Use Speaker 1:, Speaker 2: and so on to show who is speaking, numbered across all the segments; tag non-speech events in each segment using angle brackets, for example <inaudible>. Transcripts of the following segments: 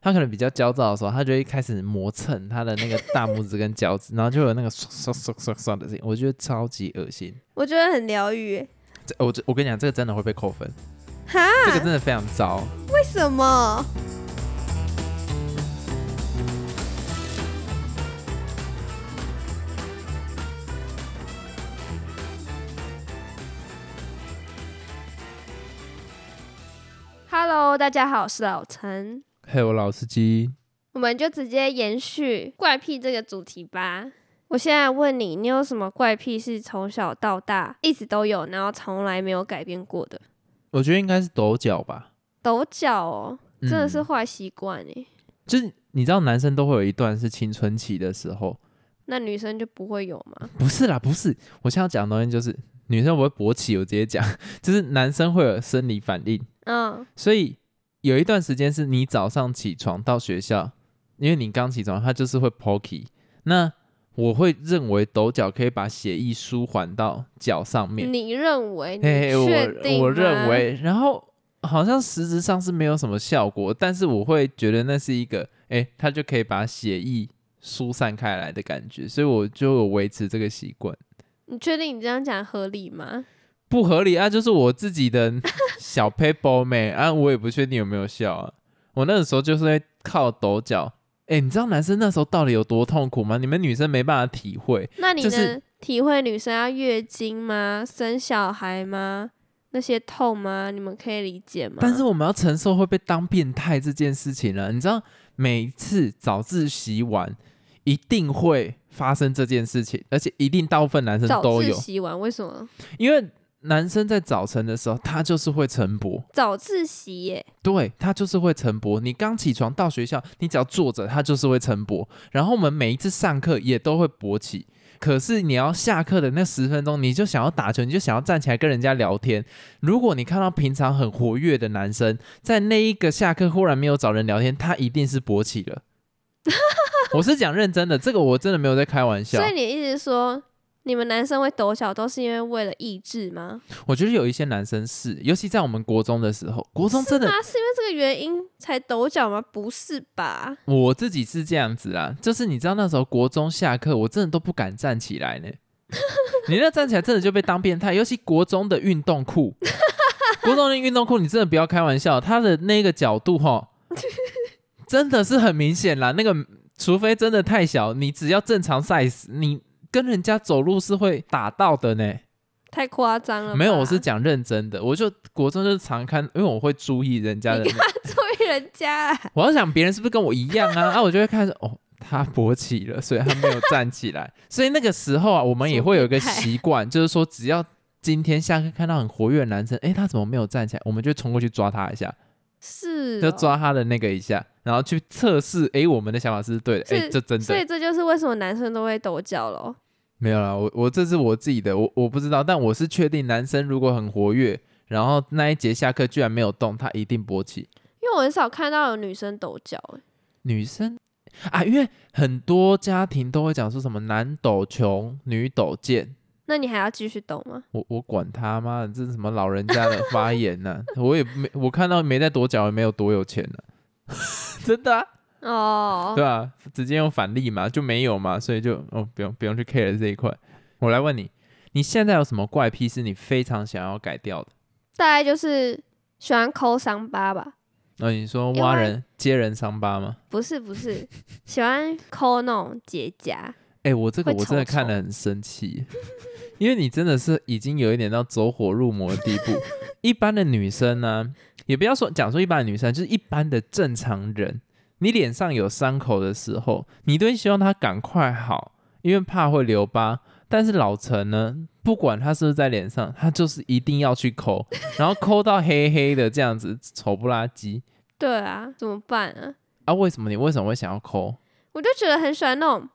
Speaker 1: 他可能比较焦躁的时候，他就会开始磨蹭他的那个大拇指跟脚趾， <laughs> 然后就有那个唰唰唰唰唰的声音，我觉得超级恶心。
Speaker 2: 我觉得很疗愈耶。
Speaker 1: 这哦我这我跟你讲，这个真的会被扣分，
Speaker 2: 哈，
Speaker 1: 这个真的非常糟。
Speaker 2: 为什么？Hello，大家好，我是老陈，
Speaker 1: 还有老司机，
Speaker 2: 我们就直接延续怪癖这个主题吧。我现在问你，你有什么怪癖是从小到大一直都有，然后从来没有改变过的？
Speaker 1: 我觉得应该是抖脚吧，
Speaker 2: 抖脚哦，真的是
Speaker 1: 嗯
Speaker 2: 坏习惯哎。
Speaker 1: 就是你知道，男生都会有一段是青春期的时候，
Speaker 2: 那女生就不会有吗？
Speaker 1: 不是啦，不是，我现在要讲的东西就是女生不会勃起，我直接讲， <laughs> 就是男生会有生理反应，
Speaker 2: 嗯，
Speaker 1: 所以有一段时间是你早上起床到学校，因为你刚起床，他就是会 pokey。那我会认为抖脚可以把血液舒缓到脚上面，
Speaker 2: 你认为？你
Speaker 1: 嘿嘿，
Speaker 2: 确定
Speaker 1: 我我
Speaker 2: 吗
Speaker 1: 认，为，然后好像实质上是没有什么效果，但是我会觉得那是一个，哎，它就可以把血液疏散开来的感觉，所以我就有维持这个习惯。
Speaker 2: 你确定你这样讲合理吗？
Speaker 1: 不合理啊，就是我自己
Speaker 2: <laughs>
Speaker 1: 的小 paper 妹啊，我也不确定有没有效啊。我那个时候就是会靠抖脚，哎、你知道男生那时候到底有多痛苦吗？你们女生没办法体会，
Speaker 2: 那你
Speaker 1: 就
Speaker 2: 能
Speaker 1: 是
Speaker 2: 体会女生要月经吗？生小孩吗？那些痛吗？你们可以理解吗？
Speaker 1: 但是我们要承受会被当变态这件事情啊了。你知道，每次早自习完一定会发生这件事情，而且一定大部分男生
Speaker 2: 早
Speaker 1: 都
Speaker 2: 自
Speaker 1: 有，
Speaker 2: 习完为什么？
Speaker 1: 因为男生在早晨的时候，他就是会晨勃。
Speaker 2: 早自习耶，
Speaker 1: 对，它就是会晨勃。你刚起床到学校，你只要坐着，它就是会晨勃。然后我们每一次上课也都会勃起。可是你要下课的那十分钟，你就想要打球，你就想要站起来跟人家聊天。如果你看到平常很活跃的男生，在那一个下课忽然没有找人聊天，他一定是勃起了。 <laughs> 我是讲认真的，这个我真的没有在开玩笑
Speaker 2: 所。以你一直说你们男生会抖脚都是因为为了抑制吗？
Speaker 1: 我觉得有一些男生是，尤其在我们国中的时候，国中真的
Speaker 2: 啊，是因为这个原因才抖脚吗？不是吧？
Speaker 1: 我自己是这样子啦，就是你知道那时候国中下课，我真的都不敢站起来呢。你那站起来真的就被当变态，尤其国中的运动裤，国中的运动裤，你真的不要开玩笑，它的那个角度哈，真的是很明显啦。那个除非真的太小，你只要正常 size，你跟人家走路是会打到的呢。
Speaker 2: 太夸张了吧。
Speaker 1: 没有，我
Speaker 2: <laughs>
Speaker 1: 是讲认真的，我就国中就是常看，因为我会注意人家的那个
Speaker 2: 对人家啊，
Speaker 1: 我要想别人是不是跟我一样啊？啊，我就会看说，哦，他勃起了，所以他没有站起来。所以那个时候啊，我们也会有一个习惯，就是说，只要今天下课看到很活跃的男生，诶，他怎么没有站起来？我们就冲过去抓他一下，
Speaker 2: 是、哦
Speaker 1: 就。抓他的那个一下，然后去测试，诶，我们的想法是不是对的，诶，
Speaker 2: 是
Speaker 1: 这真
Speaker 2: 所
Speaker 1: 的
Speaker 2: 以这就是为什么男生都会抖脚咯。
Speaker 1: 没有啦，我我这是我自己的，我我不知道，但我是确定，男生如果很活跃，然后那一节下课居然没有动，他一定勃起。
Speaker 2: 因为我很少看到有女生抖脚、欸，
Speaker 1: 女生啊，因为很多家庭都会讲说什么男抖穷，女抖贱。
Speaker 2: 那你还要继续抖吗？
Speaker 1: 我我管他妈的，这是什么老人家
Speaker 2: <laughs>
Speaker 1: 的发言呢、我也没我看到没在跺脚，也没有多有钱呢、 <laughs> 真的啊，
Speaker 2: 哦，
Speaker 1: 对啊，直接用反例嘛，就没有嘛，所以就哦不用不用去 care 这一块。我来问你，你现在有什么怪癖是你非常想要改掉的？
Speaker 2: 大概就是喜欢抠伤疤吧？
Speaker 1: 那、哦你说
Speaker 2: 因
Speaker 1: 挖
Speaker 2: 为
Speaker 1: 人揭人伤疤吗？
Speaker 2: 不是不是，喜欢抠那种结痂，
Speaker 1: 哎、我这个
Speaker 2: 会
Speaker 1: 我真的
Speaker 2: 臭
Speaker 1: 看
Speaker 2: 臭
Speaker 1: 得很生气， <laughs> 因为你真的是已经有一点到走火入魔的地步。一般的女生呢、也不要说讲说一般的女生，就是一般的正常人，你脸上有伤口的时候，你都会希望它赶快好，因为怕会留疤。但是老陈呢，不管他是不是在脸上，他就是一定要去抠，然后抠到黑黑的这样子，丑不拉几
Speaker 2: 对啊，怎么办啊？
Speaker 1: 啊！为什么你为什么会想要抠？
Speaker 2: 我就觉得很喜欢那种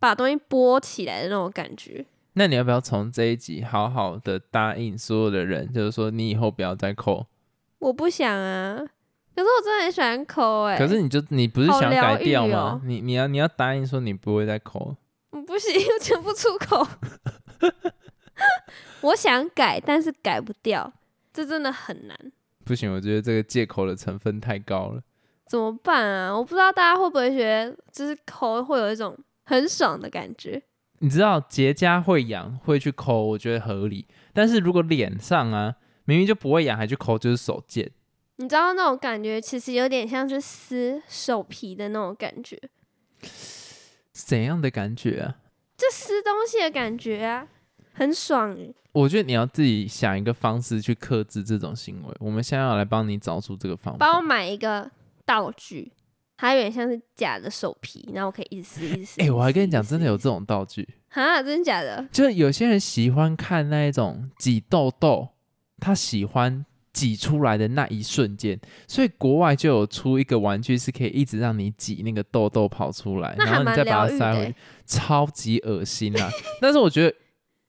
Speaker 2: 把东西拨起来的那种感觉。
Speaker 1: 那你要不要从这一集好好的答应所有的人，就是说你以后不要再扣？
Speaker 2: 我不想啊，可是我真的很喜欢抠哎、
Speaker 1: 可是你就你不是
Speaker 2: 好
Speaker 1: 想改
Speaker 2: 疗愈
Speaker 1: 掉吗？
Speaker 2: 哦
Speaker 1: 你你要你要答应说你不会再扣。
Speaker 2: 我嗯不行，我讲不出口。 <laughs> 我想改，但是改不掉，这真的很难。
Speaker 1: 不行，我觉得这个借口的成分太高了。
Speaker 2: 怎么办啊？我不知道大家会不会觉得，就是抠会有一种很爽的感觉。
Speaker 1: 你知道结痂会痒，会去抠，我觉得合理。但是如果脸上啊，明明就不会痒，还去抠，就是手贱。
Speaker 2: 你知道那种感觉，其实有点像是撕手皮的那种感觉，
Speaker 1: 怎样的感觉啊？
Speaker 2: 就撕东西的感觉啊，很爽欸、
Speaker 1: 我觉得你要自己想一个方式去克制这种行为。我们现在要来帮你找出这个方
Speaker 2: 帮我
Speaker 1: 法。
Speaker 2: 买一个道具，它有点像是假的手皮，然后我可以一直撕，一直撕。
Speaker 1: 哎、我还跟你讲，
Speaker 2: 一直撕
Speaker 1: 真的有这种道具，
Speaker 2: 哈，真的假的？
Speaker 1: 就是有些人喜欢看那一种挤痘痘，他喜欢挤出来的那一瞬间，所以国外就有出一个玩具，是可以一直让你挤那个痘痘跑出来，
Speaker 2: 那
Speaker 1: 然
Speaker 2: 还
Speaker 1: 后你
Speaker 2: 蛮
Speaker 1: 再把
Speaker 2: 疗
Speaker 1: 它
Speaker 2: 愈
Speaker 1: 塞
Speaker 2: 的
Speaker 1: 回去
Speaker 2: 欸，，
Speaker 1: 超级恶心啊！ <laughs> 但是我觉得，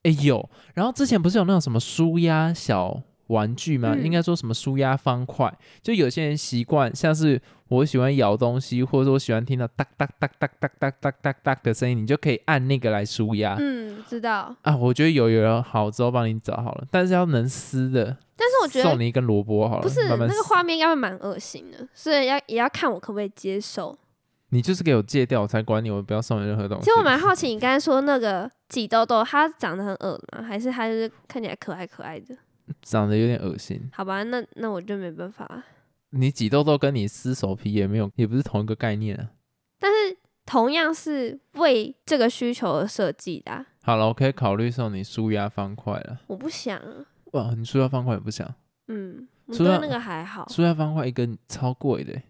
Speaker 1: 哎、有。然后之前不是有那种什么舒压小玩具吗？
Speaker 2: 嗯
Speaker 1: 应该说什么舒压方块，就有些人习惯，像是我喜欢咬东西，或者说我喜欢听到哒哒哒哒哒哒哒哒哒的声音，你就可以按那个来舒压。
Speaker 2: 嗯，知道。
Speaker 1: 啊，我觉得有有有好之后帮你找好了，但是要能撕的，
Speaker 2: 但是我觉
Speaker 1: 送
Speaker 2: 得
Speaker 1: 你一根萝卜好了，
Speaker 2: 不是
Speaker 1: 慢慢
Speaker 2: 那个
Speaker 1: 撕
Speaker 2: 画面应该会蛮恶心的，所以要也要看我可不可以接受。
Speaker 1: 你就是给我戒掉，我才管你，我不要送你任何东西。
Speaker 2: 其实我蛮好奇，你刚才说那个挤痘痘，它长得很恶吗？还是它就是看起来可爱可爱的？
Speaker 1: 长得有点恶心，
Speaker 2: 好吧，那那我就没办法了。
Speaker 1: 你挤痘痘跟你撕手皮也没有，也不是同一个概念啊。
Speaker 2: 但是同样是为这个需求而设计的啊、
Speaker 1: 好了，我可以考虑送你舒压方块了。
Speaker 2: 我不想啊。
Speaker 1: 哇，你舒压方块也不想？
Speaker 2: 嗯，我
Speaker 1: 除
Speaker 2: 对
Speaker 1: 了
Speaker 2: 那个还好，
Speaker 1: 舒压方块一根超贵的欸、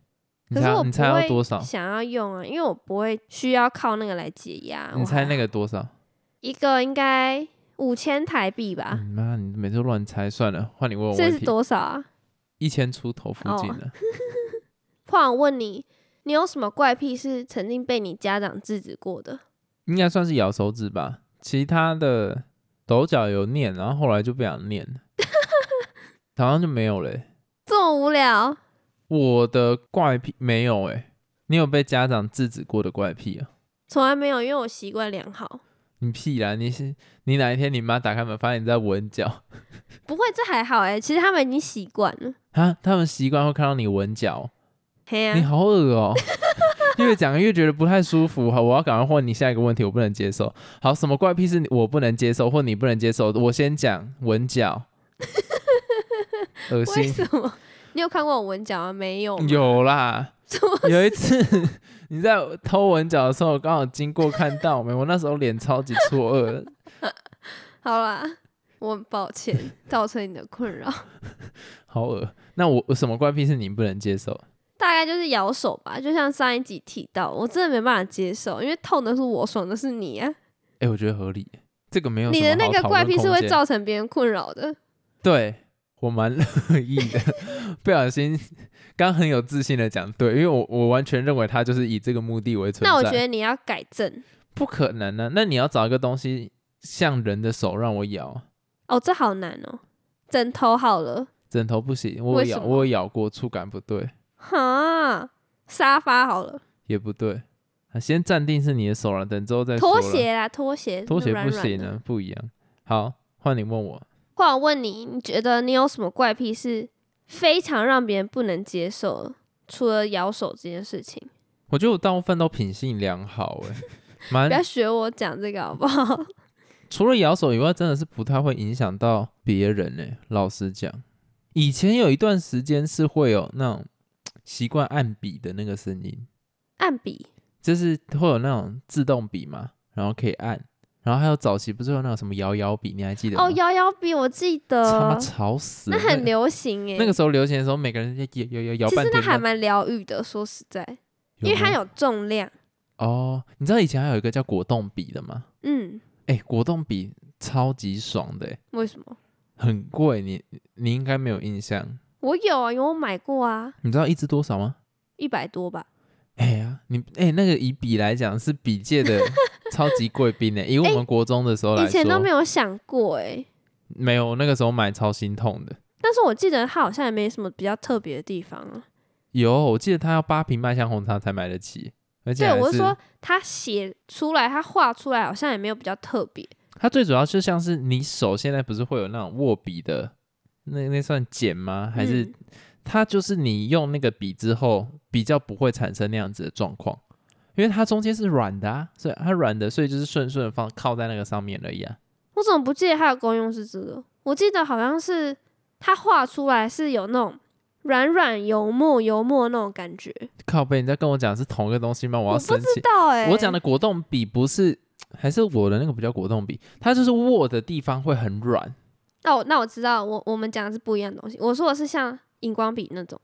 Speaker 1: 你
Speaker 2: 可是
Speaker 1: 猜
Speaker 2: 我
Speaker 1: 你
Speaker 2: 不
Speaker 1: 猜要
Speaker 2: 会
Speaker 1: 多少？
Speaker 2: 想要用啊，因为我不会需要靠那个来解压。
Speaker 1: 你
Speaker 2: 我
Speaker 1: 猜
Speaker 2: 还
Speaker 1: 那
Speaker 2: 好
Speaker 1: 个多少？
Speaker 2: 啊一个应该五千台币吧？
Speaker 1: 你嗯妈，你每次都乱猜，算了，换你问我
Speaker 2: 这
Speaker 1: 问
Speaker 2: 是
Speaker 1: 题。
Speaker 2: 多少啊？
Speaker 1: 一千出头附近啊
Speaker 2: 哦
Speaker 1: 的，
Speaker 2: 不然我问你，你有什么怪癖是曾经被你家长制止过的？
Speaker 1: 应该算是咬手指吧。其他的抖脚有念，然后后来就不想念了，好像就没有嘞、欸
Speaker 2: 这么无聊，
Speaker 1: 我的怪癖没有哎、你有被家长制止过的怪癖啊？
Speaker 2: 从来没有，因为我习惯良好。
Speaker 1: 你屁啦！你是你哪一天你妈打开门发现你在闻脚，
Speaker 2: 不会，这还好哎、其实他们已经习惯了。
Speaker 1: 啊，他们习惯会看到你闻脚，哦
Speaker 2: 嘿呀、
Speaker 1: 你好恶哦、
Speaker 2: <laughs>
Speaker 1: 越讲越觉得不太舒服。好，我要赶快问你下一个问题，我不能接受。好，什么怪癖是你我不能接受或你不能接受的？我先讲闻脚，恶
Speaker 2: 为
Speaker 1: 心。嗯
Speaker 2: 什么？你有看过我闻脚吗？没有吗，
Speaker 1: 有啦，
Speaker 2: 怎么
Speaker 1: 有一次 <laughs> 你在偷闻脚的时候，我刚好经过看到没？我那时候脸超级错愕的，
Speaker 2: 好啦，我很抱歉 <laughs> 造成你的困扰，
Speaker 1: 好恶。那我我什么怪癖是你不能接受？
Speaker 2: 大概就是咬手吧，就像上一集提到，我真的没办法接受，因为痛的是我，爽的是你啊。
Speaker 1: 哎、我觉得合理，这个没有
Speaker 2: 你
Speaker 1: 什
Speaker 2: 的
Speaker 1: 么
Speaker 2: 那
Speaker 1: 好
Speaker 2: 个
Speaker 1: 讨
Speaker 2: 怪
Speaker 1: 论
Speaker 2: 癖是
Speaker 1: 空
Speaker 2: 会
Speaker 1: 间
Speaker 2: 造成别人困扰的，
Speaker 1: 对我蛮乐意的， <laughs> 不小心刚很有自信的讲对，因为我我完全认为他就是以这个目的为存在。
Speaker 2: 那我觉得你要改正
Speaker 1: 不可能呢、那你要找一个东西像人的手让我咬，
Speaker 2: 哦，这好难哦。枕头好了，
Speaker 1: 枕头不行，我有
Speaker 2: 为
Speaker 1: 咬
Speaker 2: 什么
Speaker 1: 我有咬过，触感不对，
Speaker 2: 哈，沙发好了，
Speaker 1: 也不对。啊、先暂定是你的手了，等之后再说
Speaker 2: 拖
Speaker 1: 啦。
Speaker 2: 鞋啦，拖鞋，
Speaker 1: 拖鞋
Speaker 2: 软
Speaker 1: 不
Speaker 2: 软
Speaker 1: 行啊
Speaker 2: 的。
Speaker 1: 呢，不一样。好，换你问我，
Speaker 2: 或者我问你，你觉得你有什么怪癖是非常让别人不能接受的？除了咬手这件事情，
Speaker 1: 我觉得我大部分都品性良好、欸，蛮
Speaker 2: 不要学我讲这个好不好？ <laughs>
Speaker 1: 除了咬手以外，真的是不太会影响到别人呢、欸老实讲，以前有一段时间是会有那种习惯按笔的那个声音，
Speaker 2: 按笔，
Speaker 1: 就是会有那种自动笔嘛，然后可以按，然后还有早期不是有那种什么摇摇笔，你还记得吗？
Speaker 2: 哦，摇摇笔我记
Speaker 1: 他妈
Speaker 2: 得，
Speaker 1: 吵死了！
Speaker 2: 那很流行哎、
Speaker 1: 那个时候流行的时候，每个人就摇摇摇摇
Speaker 2: 其
Speaker 1: 半
Speaker 2: 实
Speaker 1: 天
Speaker 2: 那
Speaker 1: 嘛。
Speaker 2: 还蛮疗愈的，说实在，因为
Speaker 1: 吗
Speaker 2: 它有重量，
Speaker 1: 哦，你知道以前还有一个叫果冻笔的吗？
Speaker 2: 嗯，
Speaker 1: 哎、果冻笔超级爽的欸、
Speaker 2: 为什么？
Speaker 1: 很贵，你你应该没有印象。
Speaker 2: 我有啊，因为我买过啊，
Speaker 1: 你知道一支多少吗？
Speaker 2: 一百多吧。
Speaker 1: 哎呀，你哎、那个以笔来讲是笔界
Speaker 2: <laughs>
Speaker 1: 的超级贵宾呢。以我们国中的时候来
Speaker 2: 哎以
Speaker 1: 说，
Speaker 2: 前都没
Speaker 1: 有
Speaker 2: 有想过哎、
Speaker 1: 没有那个时候买超心痛的。
Speaker 2: 但是我记得它好像也没什么比较特别的地方啊。
Speaker 1: 有，我记得他要八瓶麦香红茶才买得起，而且
Speaker 2: 对，
Speaker 1: 还
Speaker 2: 我是
Speaker 1: 是
Speaker 2: 说它写出来，它画出来好像也没有比较特别。
Speaker 1: 它最主要就像是你手现在不是会有那种握笔的，那那算茧吗？还是
Speaker 2: 嗯
Speaker 1: 它就是你用那个笔之后，比较不会产生那样子的状况，因为它中间是软的啊，所以它软的，所以就是顺顺地放靠在那个上面而已啊。
Speaker 2: 我怎么不记得它的功用是这个？我记得好像是它画出来是有那种软软油墨油墨那种感觉，
Speaker 1: 靠背，你在跟我讲是同一个东西吗？我要
Speaker 2: 我不
Speaker 1: 生
Speaker 2: 知
Speaker 1: 气。
Speaker 2: 道哎、
Speaker 1: 我讲的果冻笔不是，还是我的那个不叫果冻笔，它就是握的地方会很软。
Speaker 2: 那我哦那我知道，我我们讲的是不一样的东西。我说我是像荧光笔那种，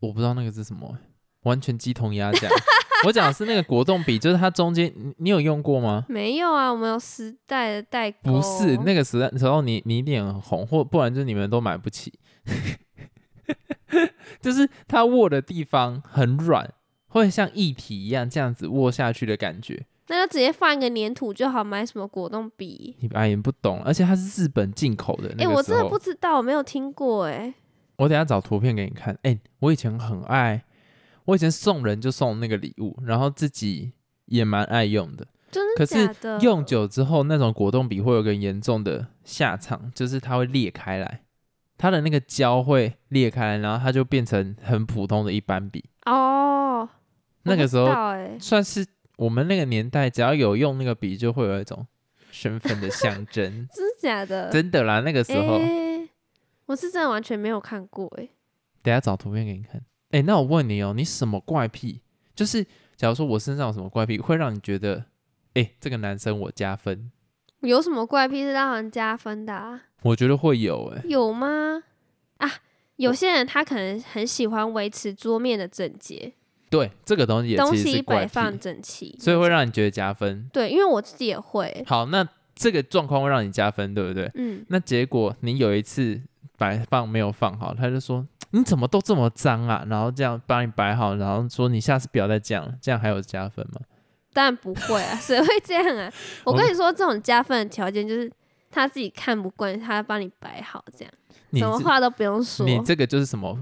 Speaker 1: 我不知道那个是什么欸、完全鸡同鸭讲。 <laughs> 我讲的是那个果冻笔，就是它中间，你你有用过吗？
Speaker 2: 没有啊，我们有时代的代沟。
Speaker 1: 不是那个时代时候你，你一定很红，或不然就是你们都买不起。 <laughs> 就是它握的地方很软，会像液体一样这样子握下去的感觉。
Speaker 2: 那就直接放一个粘土就好，买什么果冻笔？
Speaker 1: 你哎也不懂，而且它是日本进口的。
Speaker 2: 哎、
Speaker 1: 那个
Speaker 2: 我
Speaker 1: 时
Speaker 2: 真
Speaker 1: 候
Speaker 2: 的不知道，我没有听过哎、
Speaker 1: 我等一下找图片给你看。哎、我以前很爱，我以前送人就送那个礼物，然后自己也蛮爱用的。
Speaker 2: 真
Speaker 1: 可
Speaker 2: 的
Speaker 1: 是
Speaker 2: 假的？
Speaker 1: 用久之后，那种果冻笔会有个严重的下场，就是它会裂开来，它的那个胶会裂开来，然后它就变成很普通的一般笔。
Speaker 2: 哦，
Speaker 1: 那个时候
Speaker 2: 哎、。
Speaker 1: 算是我们那个年代，只要有用那个笔，就会有一种身份的象征
Speaker 2: 真的假的？
Speaker 1: 真的啦，那个时候，
Speaker 2: 欸我是真的完全没有看过哎、
Speaker 1: 等一下找图片给你看。哎、那我问你哦，你什么怪癖？就是假如说我身上有什么怪癖，会让你觉得，哎、这个男生我加分？
Speaker 2: 有什么怪癖是让人加分的、啊？
Speaker 1: 我觉得会有、诶
Speaker 2: 有吗？啊，有些人他可能很喜欢维持桌面的整洁，
Speaker 1: 对，这个东西也
Speaker 2: 东
Speaker 1: 其实
Speaker 2: 西
Speaker 1: 是怪
Speaker 2: 摆
Speaker 1: 癖。
Speaker 2: 放整齐，
Speaker 1: 所以会让你觉得加分。
Speaker 2: 对，因为我自己也会，
Speaker 1: 好，那这个状况会让你加分，对不对？
Speaker 2: 嗯，
Speaker 1: 那结果你有一次摆放没有放好，他就说你怎么都这
Speaker 2: <laughs>
Speaker 1: 么脏啊，然后这样帮你摆好，然后说你下次不要再这样了，这样还有加分吗？
Speaker 2: 但不会啊，谁会这样
Speaker 1: <laughs>
Speaker 2: 啊？我
Speaker 1: 我
Speaker 2: 跟你说，这种加分的条件就是他自己看不惯，他帮你摆好，这样
Speaker 1: 你
Speaker 2: 什么
Speaker 1: 这
Speaker 2: 话都不用说。
Speaker 1: 你这个就是什么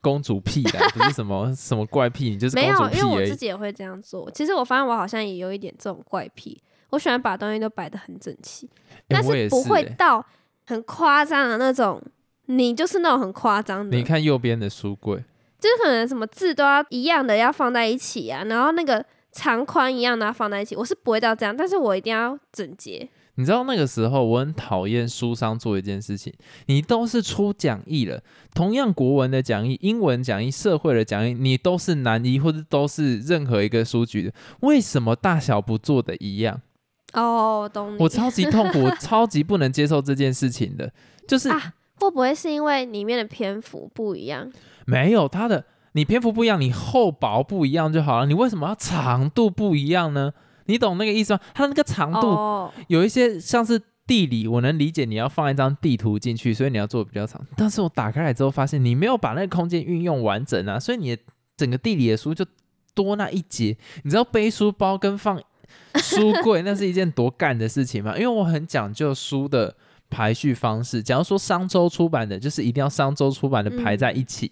Speaker 1: 公主癖啦，不是什么 <laughs> 什么怪癖，你就是
Speaker 2: 没
Speaker 1: 公主
Speaker 2: 有，因
Speaker 1: 癖
Speaker 2: 为我
Speaker 1: 而已。
Speaker 2: 自
Speaker 1: 哎
Speaker 2: 己也会这样做。其实我发现我好像也有一点这种怪癖，我喜欢把东西都摆得很整齐，
Speaker 1: 哎
Speaker 2: 但
Speaker 1: 我也
Speaker 2: 不
Speaker 1: 是
Speaker 2: 会
Speaker 1: 欸
Speaker 2: 到很夸张的那种。你就是那种很夸张的，
Speaker 1: 你看右边的书柜，
Speaker 2: 就是可能什么字都要一样的要放在一起啊，然后那个长宽一样的要放在一起，我是不会到这样，但是我一定要整洁。
Speaker 1: 你知道那个时候我很讨厌书商做一件事情，你都是出讲义了，同样国文的讲义、英文讲义、社会的讲义，你都是南一或者都是任何一个书局的，为什么大小不做的一样？
Speaker 2: 哦，懂你。
Speaker 1: 我超级痛苦，我超级不能接受这件事情的，就是
Speaker 2: <laughs> 啊，会不会是因为里面的篇幅不一样？
Speaker 1: 没有它的，你篇幅不一样，你厚薄不一样就好了，你为什么要长度不一样呢？你懂那个意思吗？它那个长度
Speaker 2: 哦，
Speaker 1: 有一些像是地理，我能理解你要放一张地图进去，所以你要做得比较长。但是我打开来之后发现，你没有把那个空间运用完整啊，所以你的整个地理的书就多那一节。你知道背书包跟放书柜那是一件多干的事情吗？因为我很讲究书的。排序方式，假如说商周出版的，就是一定要商周出版的排在一起；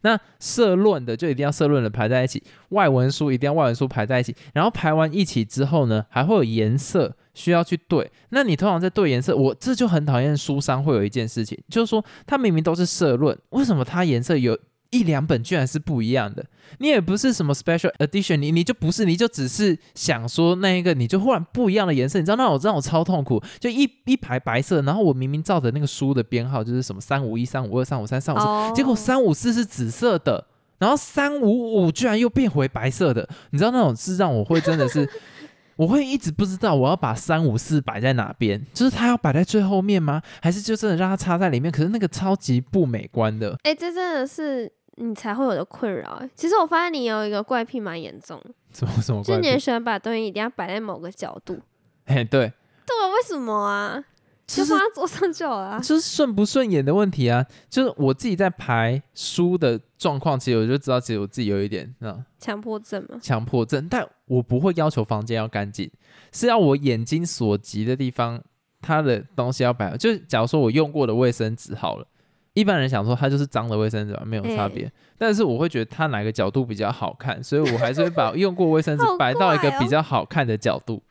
Speaker 1: 那社论的就一定要社论的排在一起；外文书一定要外文书排在一起，然后排完一起之后呢，还会有颜色需要去对。那你通常在对颜色，我这就很讨厌书商会有一件事情，就是说它明明都是社论，为什么它颜色有一两本居然是不一样的？你也不是什么 special edition，你你就不是，你就只是想说那一个，你就忽然不一样的颜色，你知道那我让我超痛苦，就一一排白色，然后我明明照着那个书的编号就是什么三五一、三五二、三五三、三五四，
Speaker 2: 哦
Speaker 1: 结果三五四是紫色的，然后三五五居然又变回白色的，你知道那种是让我会真的
Speaker 2: <laughs>
Speaker 1: 是，我会一直不知道我要把三五四摆在哪边，就是它要摆在最后面吗？还是就真的让它插在里面？可是那个超级不美观的，
Speaker 2: 哎、这真的是你才会有的困扰、欸。其实我发现你有一个怪癖蛮严重，
Speaker 1: 什么什么
Speaker 2: 就是
Speaker 1: 怪
Speaker 2: 你很
Speaker 1: 癖？
Speaker 2: 喜欢把东西一定要摆在某个角
Speaker 1: <laughs>
Speaker 2: 度。
Speaker 1: 哎，对，
Speaker 2: 对啊，为什么啊？
Speaker 1: 就
Speaker 2: 就是放在桌上就好了啊、
Speaker 1: 就是顺不顺眼的问题啊。就是我自己在排书的状况，其实我就知道，其实我自己有一点那种
Speaker 2: 强迫症嘛。
Speaker 1: 强迫症，但我不会要求房间要干净，是要我眼睛所及的地方，它的东西要摆好。就是假如说我用过的卫生纸好了，一般人想说它就是脏的卫生纸嘛，没有差别。但是我会觉得它哪个角度比较好看，所以我还是会把用过卫生纸
Speaker 2: <laughs> 好
Speaker 1: 摆到一个
Speaker 2: 怪哦
Speaker 1: 比较好看的角度，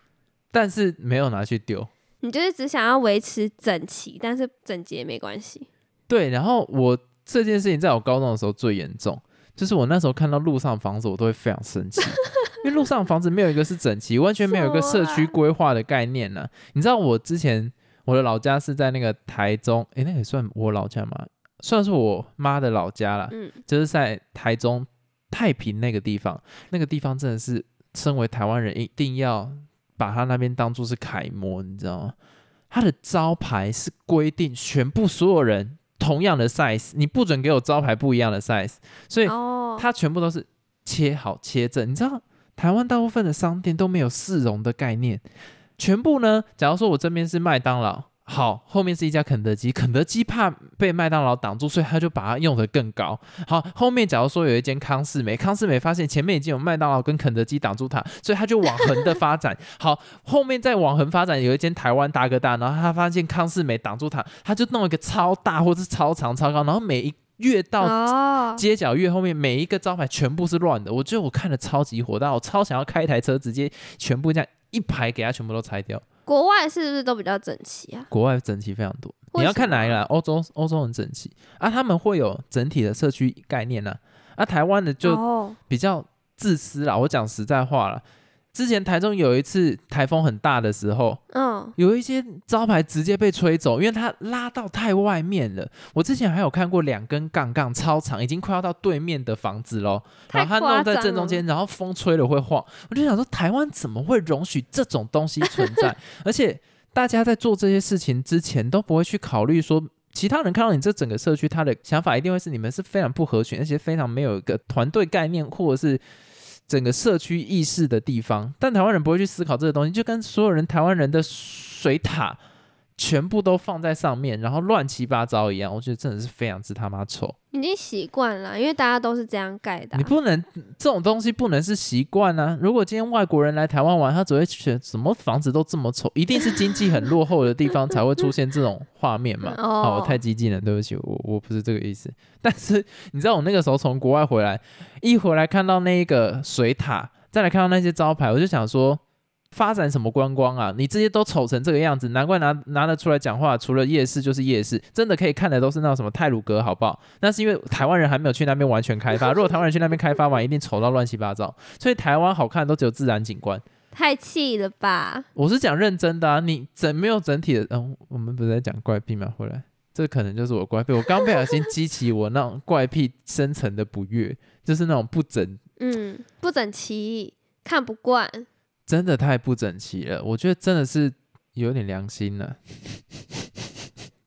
Speaker 1: 但是没有拿去丢。
Speaker 2: 你就是只想要维持整齐，但是整洁没关系。
Speaker 1: 对，然后我这件事情在我高中的时候最严重，就是我那时候看到路上房子，我都会非常生气，因为路上房子没有一个是整齐，完全没有一个社区规划的概念呢、你知道我之前我的老家是在那个台中，诶，那也算我老家吗？算是我妈的老家啦，
Speaker 2: 嗯，
Speaker 1: 就是在台中太平那个地方，那个地方真的是身为台湾人一定要把它那边当做是楷模，你知道吗？它的招牌是规定全部所有人同样的 size，你不准给我招牌不一样的 size，所以
Speaker 2: 哦，
Speaker 1: 它全部都是切好切正。你知道台湾大部分的商店都没有市容的概念，全部呢，假如说我这边是麦当劳。好，后面是一家肯德基，肯德基怕被麦当劳挡住，所以他就把它用得更高。好，后面假如说有一间康士美，康士美发现前面已经有麦当劳跟肯德基挡住它，所以它就往横的发展。好，后面再往横发展，有一间台湾大哥大，然后他发现康士美挡住它，他就弄一个超大或是超长超高，然后每一越到
Speaker 2: 哦，
Speaker 1: 街角越后面每一个招牌全部是乱的，我觉得我看的超级火大，我超想要开一台车直接全部这样一排给它全部都拆掉。
Speaker 2: 国外是不是都比较整齐啊？
Speaker 1: 国外整齐非常多，你
Speaker 2: 为
Speaker 1: 要
Speaker 2: 什
Speaker 1: 看哪一
Speaker 2: 么
Speaker 1: 个、啊？欧洲欧洲很整齐啊，他们会有整体的社区概念呢、啊，啊，台湾的就
Speaker 2: 哦
Speaker 1: 比较自私啦。我讲实在话啦，之前台中有一次台风很大的时候，
Speaker 2: 嗯，
Speaker 1: 有一些招牌直接被吹走，因为它拉到太外面了。我之前还有看过两根杠杠超长，已经快要到对面的房子喽，然后它
Speaker 2: 太
Speaker 1: 弄
Speaker 2: 夸
Speaker 1: 在
Speaker 2: 张
Speaker 1: 正中
Speaker 2: 了
Speaker 1: 间，然后风吹了会晃。我就想说，台湾怎么会容许这种东西存在？ <laughs> 而且大家在做这些事情之前都不会去考虑说。其他人看到你这整个社区，他的想法一定会是你们是非常不合群，而且非常没有一个团队概念，或者是整个社区意识的地方，但台湾人不会去思考这个东西，就跟所有人台湾人的水塔全部都放在上面，然后乱七八糟一样，我觉得真的是非常之他妈丑。
Speaker 2: 已经习惯了，因为大家都是这样盖的啊、
Speaker 1: 你不能这种东西不能是习惯啊！如果今天外国人来台湾玩，他只会选什么房子都这么丑，一定是经济很落后的地方才会出现这种画面嘛。
Speaker 2: <laughs> 哦
Speaker 1: 好，我太激进了，对不起，我我不是这个意思。但是你知道我那个时候从国外回来，一回来看到那个水塔，再来看到那些招牌，我就想说。发展什么观光啊？你这些都丑成这个样子，难怪拿拿得出来讲话。除了夜市就是夜市，真的可以看的都是那种什么泰鲁阁，好不好？那是因为台湾人还没有去那边完全
Speaker 2: <laughs>
Speaker 1: 开发。如果台湾人去那边开发完，一定丑到乱七八糟。所以台湾好看的都只有自然景观。
Speaker 2: 太气了吧？
Speaker 1: 我是讲认真的啊，你整没有整体的，嗯，我们不是在讲怪癖吗？回来，这可能就是我怪癖。我刚不小心激起我那种怪癖深层的不悦，就是那种不整，
Speaker 2: 嗯，不整齐，看不惯。
Speaker 1: 真的太不整齐了。我觉得真的是有点良心啊了、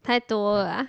Speaker 2: 太多了啊！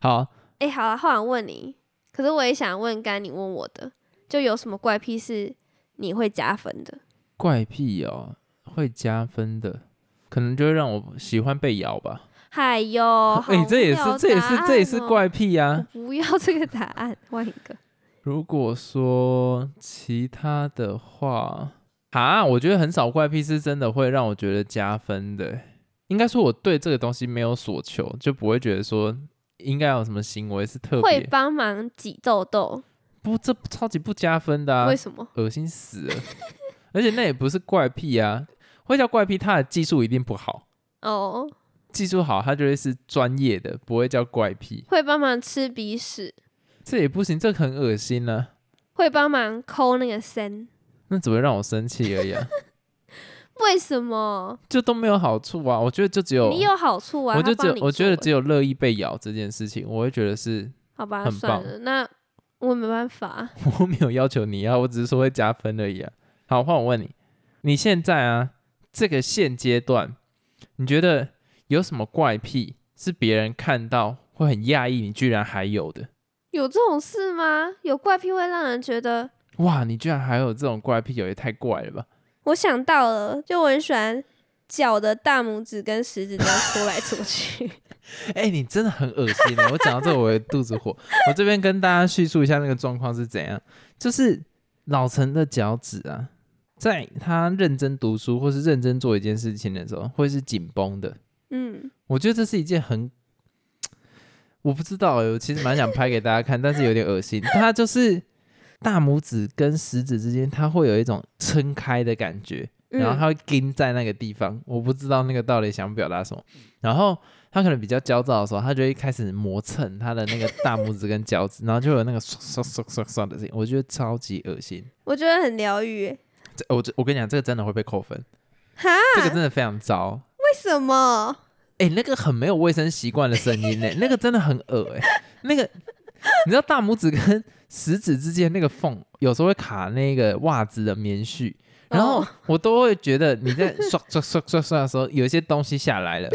Speaker 1: 好，
Speaker 2: 哎、好了，后来问你，可是我也想问，刚刚你问我的，就有什么怪癖是你会加分的？
Speaker 1: 怪癖哦，会加分的，可能就会让我喜欢被咬吧。
Speaker 2: 嗨哟，哦
Speaker 1: <laughs>
Speaker 2: 好
Speaker 1: 哎、这也
Speaker 2: 无
Speaker 1: 是
Speaker 2: 聊
Speaker 1: 这也是这也是
Speaker 2: 答案哦，
Speaker 1: 怪癖啊呀、
Speaker 2: 我不要这个答案，换一个。
Speaker 1: 如果说其他的话，啊，我觉得很少怪癖是真的会让我觉得加分的欸。应该说我对这个东西没有所求，就不会觉得说应该有什么行为是 <laughs> 特
Speaker 2: 会
Speaker 1: 别
Speaker 2: 帮忙挤痘痘，
Speaker 1: 不，这超级不加分的啊
Speaker 2: 为，什么？
Speaker 1: 恶心死了。而且那也不是怪癖啊，会叫怪癖，他的技术一定不好，
Speaker 2: 哦，
Speaker 1: 技术好他就会是专业的，不会叫怪癖。
Speaker 2: 会帮忙吃鼻屎，
Speaker 1: 这也不行，这很恶心呢、
Speaker 2: 会帮忙抠那个身，
Speaker 1: 那只会让我生气而已啊， <laughs>
Speaker 2: 为什么？
Speaker 1: 就都没有好处啊。我觉得就只有
Speaker 2: 你有好处啊！
Speaker 1: 我就
Speaker 2: 他
Speaker 1: 只
Speaker 2: 帮
Speaker 1: 有
Speaker 2: 你
Speaker 1: 我觉得
Speaker 2: 做
Speaker 1: 只有乐意被咬这件事情，我会觉得是
Speaker 2: 好吧，
Speaker 1: 很
Speaker 2: 算
Speaker 1: 棒
Speaker 2: 了，那我没办法。
Speaker 1: 我没有要求你啊，我只是说会加分而已啊。好，换我问你，你现在啊这个现阶段，你觉得有什么怪癖是别人看到会很讶异，你居然还有的？
Speaker 2: 有这种事吗？有怪癖会让人觉得
Speaker 1: 哇，你居然还有这种怪癖，有也太怪了吧？
Speaker 2: 我想到了，就我很喜欢脚的大拇指跟食指这样搓来搓去。 <laughs>
Speaker 1: 哎、你真的很恶心欸的。我讲到这，我的肚子火。我这边跟大家叙述一下那个状况是怎样，就是老陈的脚趾啊，在他认真读书或是认真做一件事情的时候，会是紧绷的。
Speaker 2: 嗯，
Speaker 1: 我觉得这是一件很，我不知道、欸，我其实蛮想拍给大家看，但是有点恶心。它就是大拇指跟食指之间，它会有一种撑开的感觉，然后
Speaker 2: 嗯
Speaker 1: 他会盯在那个地方，我不知道那个到底想表达什么。然后他可能比较焦躁的时候，他就会开始磨蹭他的那个大拇指跟脚趾，然后就有那个唰唰唰唰唰的声音，我觉得超级恶心。
Speaker 2: 我觉得很疗愈耶。
Speaker 1: 这我这我跟你讲，这个真的会被扣分，
Speaker 2: 哈，
Speaker 1: 这个真的非常糟。
Speaker 2: 为什么？
Speaker 1: 哎、那个很没有卫生习惯的声音呢、那个真的很恶哎、那个你知道大拇指跟食指之间那个缝，有时候会卡那个袜子的棉絮，然后
Speaker 2: 哦
Speaker 1: 我都会觉得你在刷刷刷刷刷的时候，有一些东西下
Speaker 2: <laughs>
Speaker 1: 来了，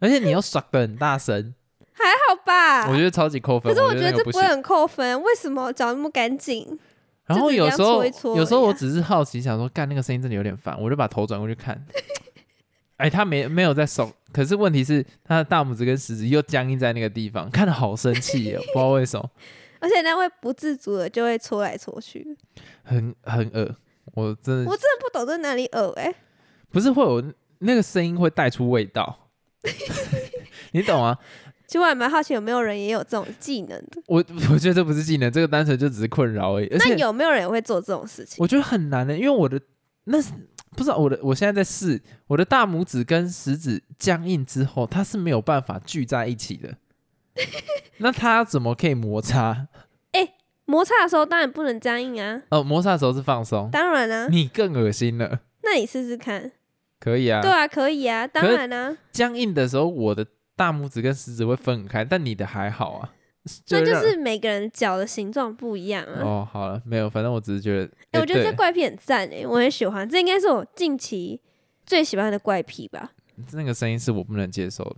Speaker 1: 而且你又刷的很大声，
Speaker 2: 还好吧。
Speaker 1: 我觉得超级扣分。
Speaker 2: 啊可是
Speaker 1: 我
Speaker 2: 觉
Speaker 1: 得
Speaker 2: 得
Speaker 1: 那个
Speaker 2: 这
Speaker 1: 不
Speaker 2: 不
Speaker 1: 行
Speaker 2: 会。很扣分，为什么长那么干净？
Speaker 1: 然后有时候
Speaker 2: 就只是这样搓一搓
Speaker 1: 有时候
Speaker 2: 而已啊
Speaker 1: 我只是好奇，想说干那个声音真的有点烦，我就把头转过去看。哎，他没没有在手，可是问题是他的大拇指跟食指又僵硬在那个地方，看得好生气耶，我不知道为什么，
Speaker 2: 而且那会不自主的就会搓来搓去，
Speaker 1: 很很恶，我真的
Speaker 2: 我真的不懂在哪里恶哎、
Speaker 1: 不是会有那个声音会带出味
Speaker 2: <laughs>
Speaker 1: 道，你懂啊？
Speaker 2: 其实我还蛮好奇有没有人也有这种技能的，
Speaker 1: 我我觉得这不是技能，这个单纯就只是困扰而已，而
Speaker 2: 那
Speaker 1: 且
Speaker 2: 有没有人会做这种事情？
Speaker 1: 我觉得很难的，因为我的那是不知道我的，我现在在试我的大拇指跟食指僵硬之后，它是没有办法聚在一起的。那它怎么可以摩擦？
Speaker 2: 摩擦的时候当然不能僵硬啊，
Speaker 1: 哦，摩擦的时候是放松，
Speaker 2: 当然啊，
Speaker 1: 你更恶心了。
Speaker 2: 那你试试看，
Speaker 1: 可以啊，
Speaker 2: 对啊，可以啊，当
Speaker 1: 可是
Speaker 2: 然啊，
Speaker 1: 僵硬的时候，我的大拇指跟食指会分开，但你的还好啊。
Speaker 2: <laughs> 那就
Speaker 1: 让
Speaker 2: 是每个人脚的形状不一样啊。
Speaker 1: 哦，好了，没有，反正我只是觉得，
Speaker 2: 哎、
Speaker 1: 哎
Speaker 2: 我觉得这
Speaker 1: 对
Speaker 2: 怪癖很赞哎、我很喜欢，这应该是我近期最喜欢的怪癖吧。
Speaker 1: 那个声音是我不能接受的。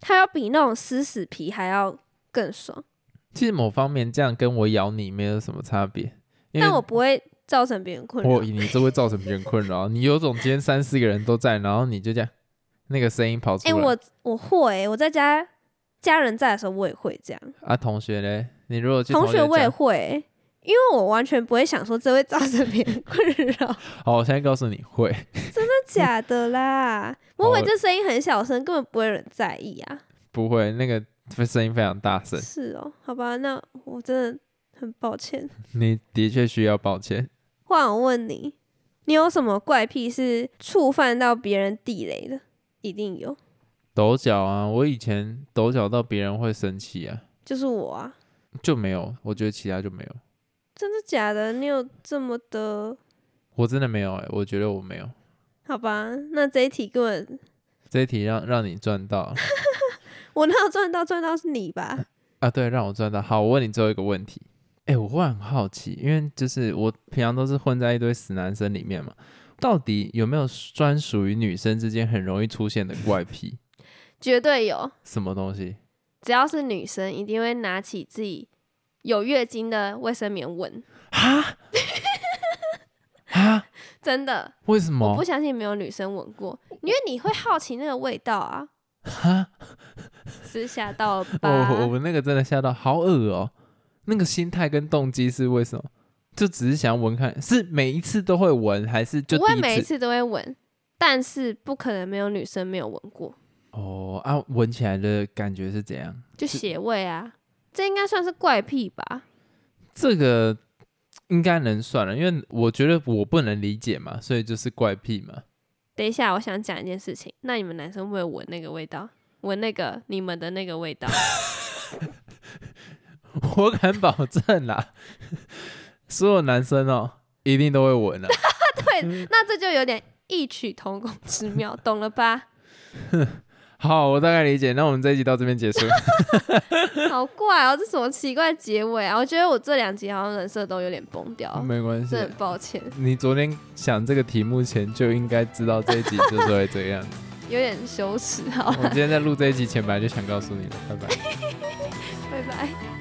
Speaker 2: 它要比那种撕死皮还要更爽，
Speaker 1: 其实某方面这样跟我咬你没有什么差别，因为
Speaker 2: 但我不会造成别人困
Speaker 1: 哦，
Speaker 2: 扰。
Speaker 1: 你这会造成别人困扰。你有种今天三四个人都在，然后你就这样，那个声音跑出
Speaker 2: 哎、
Speaker 1: 来。
Speaker 2: 我我会、我在家家人在的时候我也会这样，
Speaker 1: 啊，同学嘞，你如果去
Speaker 2: 同
Speaker 1: 学
Speaker 2: 学我也
Speaker 1: 家，
Speaker 2: 会、因为我完全不会想说这会造成别人困扰， <laughs>
Speaker 1: 好，哦我现在告诉你会，
Speaker 2: 真假的啦！我以为
Speaker 1: 好
Speaker 2: 这声音很小声，根本不会有人在意啊。
Speaker 1: 不会，那个声音非常大声，
Speaker 2: 是哦，好吧，那我真的很抱歉。
Speaker 1: 你的确需要抱歉。
Speaker 2: 换我问你，你有什么怪癖是触犯到别人地雷的？一定有，
Speaker 1: 抖脚啊，我以前抖脚到别人会生气啊，
Speaker 2: 就是我啊！
Speaker 1: 就没有，我觉得其他就没有，
Speaker 2: 真的假的？你有这么的？
Speaker 1: 我真的没有哎、我觉得我没有。
Speaker 2: 好吧，那这一题根本
Speaker 1: 这一题让让你赚到
Speaker 2: 我哪有赚到？赚到是你吧？
Speaker 1: 啊，对，让我赚到。好，我问你最后一个问题。哎、我忽然很好奇，因为就是我平常都是混在一堆死男生里面嘛，到底有没有专属于女生之间很容易出现的怪癖？
Speaker 2: 绝对有，
Speaker 1: 什么东西？
Speaker 2: 只要是女生，一定会拿起自己有月经的卫生棉闻，
Speaker 1: 哈？哈？
Speaker 2: 真的，
Speaker 1: 为什
Speaker 2: 我不
Speaker 1: 么？
Speaker 2: 相信没有女生闻过，因为你会好奇那个味道啊，
Speaker 1: 哈？
Speaker 2: 是吓到了
Speaker 1: 我哦我
Speaker 2: 吧？
Speaker 1: 们那个真的吓到，好恶哦、那个心态跟动机是为什么？就只是想要闻看，是每一次都会闻，还是就
Speaker 2: 不会
Speaker 1: 第
Speaker 2: 每一
Speaker 1: 一次？
Speaker 2: 次都会闻，但是不可能没有女生没有闻过，
Speaker 1: 哦啊，闻起来的感觉是怎样？
Speaker 2: 就是血味啊，这应该算是怪癖吧？
Speaker 1: 这个应该能算了，因为我觉得我不能理解嘛，所以就是怪癖嘛。 <laughs>
Speaker 2: 等一下，我想讲一件事情，那你们男生会不会闻那个味道？闻那个你们的那个味道？
Speaker 1: 我敢保证啦，所有男生哦、一定都会闻啊的、
Speaker 2: 对，那这就有点异曲同工之妙，懂了吧？
Speaker 1: 好，我大概理解。那我们这一集到这边结束。
Speaker 2: 好怪哦，这什么奇怪的结尾啊？我觉得我这两集好像人设都有点崩掉，
Speaker 1: 没关系
Speaker 2: 真的，很抱歉，
Speaker 1: 你昨天想这个题目前就应该知道这一集就是会这样。
Speaker 2: 有点羞耻。好，
Speaker 1: 哦我今天在录这一集前本来就想告诉你了，拜拜。
Speaker 2: 拜拜。